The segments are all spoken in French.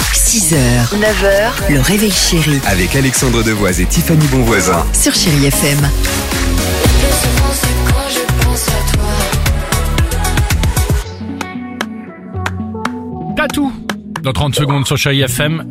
6h, 9h, le réveil chéri Avec Alexandre Devoise et Tiffany Bonvoisin. sur Chéri FM. Et souvent c'est quand je pense à toi Tatou dans 30 secondes sur Chéri FM.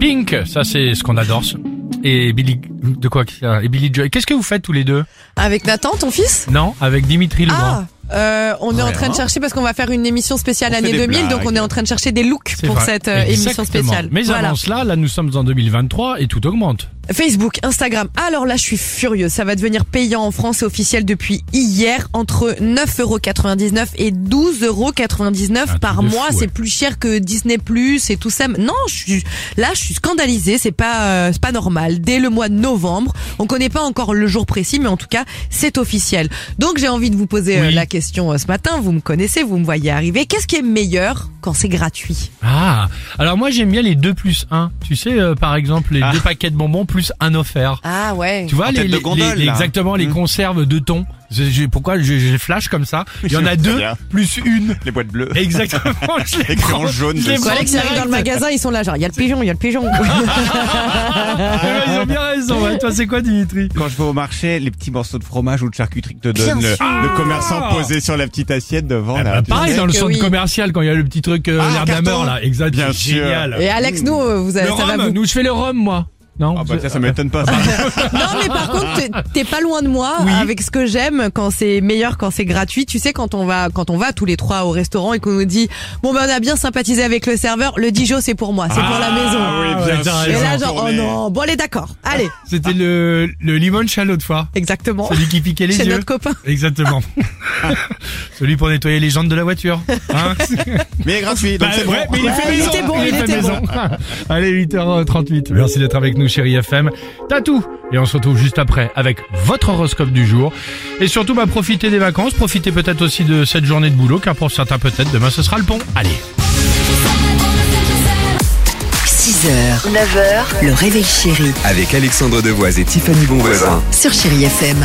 Pink, ça c'est ce qu'on adore. ce- Et Billy, de quoi qu'il y a Et Billy Joy. Qu'est-ce que vous faites tous les deux Avec Nathan, ton fils Non, avec Dimitri Legrand. Ah euh, on est en train de chercher parce qu'on va faire une émission spéciale année 2000, donc on est en train de chercher des looks C'est pour vrai. cette euh, émission Exactement. spéciale. Mais Voilà. avant cela, là nous sommes en 2023 et tout augmente. Facebook, Instagram. Alors là, je suis furieux. Ça va devenir payant en France et officiel depuis hier entre 9,99€ et 12,99€ truc par Ah, de mois. fou, ouais. C'est plus cher que Disney Plus et tout ça. Non, je suis, là, je suis scandalisée. C'est pas, euh, c'est pas normal. Dès le mois de novembre, on connaît pas encore le jour précis, mais en tout cas, c'est officiel. Donc, j'ai envie de vous poser euh, Oui. la question euh, ce matin. Vous me connaissez, vous me voyez arriver. Qu'est-ce qui est meilleur quand c'est gratuit? Ah, alors moi j'aime bien les 2 plus 1. Tu sais, euh, par exemple, les deux paquets de bonbons plus un offert. Ah ouais. Tu vois, les, Ah. tête de les- gondole, les- là. Mmh. exactement, les conserves de thon. Je- je- pourquoi je, je flash comme ça Il y en a deux bien. plus une. Les boîtes bleues. Exactement, je les Écrit en prends. jaune je les dessus. prends Quand Alex arrive direct. dans le magasin, ils sont là, genre, il y a le pigeon, il y a le pigeon. Ah, Ils ont bien raison. ouais. Toi, c'est quoi, Dimitri Quand je vais au marché, les petits morceaux de fromage ou de charcuterie que te donne le, le commerçant posé sur la petite assiette devant. là. Ah bah, Euh, Pareil dans le que centre oui. commercial quand il y a le petit truc euh, Ah, l'air carton. d'ameur là, exact, Bien c'est génial. Et Alex, nous, euh, vous avez, Le ça va rhum, vous. nous je fais le rhum moi. Non. Ah bah ça, ça m'étonne pas. ça. Non, mais par contre, t'es- t'es pas loin de moi Oui. avec ce que j'aime quand c'est meilleur, quand c'est gratuit. Tu sais, quand on va, quand on va tous les trois au restaurant et qu'on nous dit, bon ben on a bien sympathisé avec le serveur, le Dijon c'est pour moi, c'est pour la maison. Ah, oui, bien ouais, t'as Et raison. là, genre, oh Tourner. non, bon allez, d'accord, allez, C'était le le limon chat l'autre fois, exactement. celui qui piquait les Chez yeux. notre copain. Exactement. celui pour nettoyer les jantes de la voiture. Hein Mais il est gratuit. donc Bah, c'est ouais, bon. mais il est fait Ouais, il maison. était bon, il est fait était maison. Allez, 8h38. Merci d'être avec nous, chérie FM. Tatou. Et on se retrouve juste après avec votre horoscope du jour. Et surtout, bah, profitez des vacances. Profitez peut-être aussi de cette journée de boulot, car pour certains, peut-être, demain, ce sera le pont. Allez. 6h, 9h, le réveil chéri Avec Alexandre Devoise et Tiffany Bonvoisin. sur Chéri FM.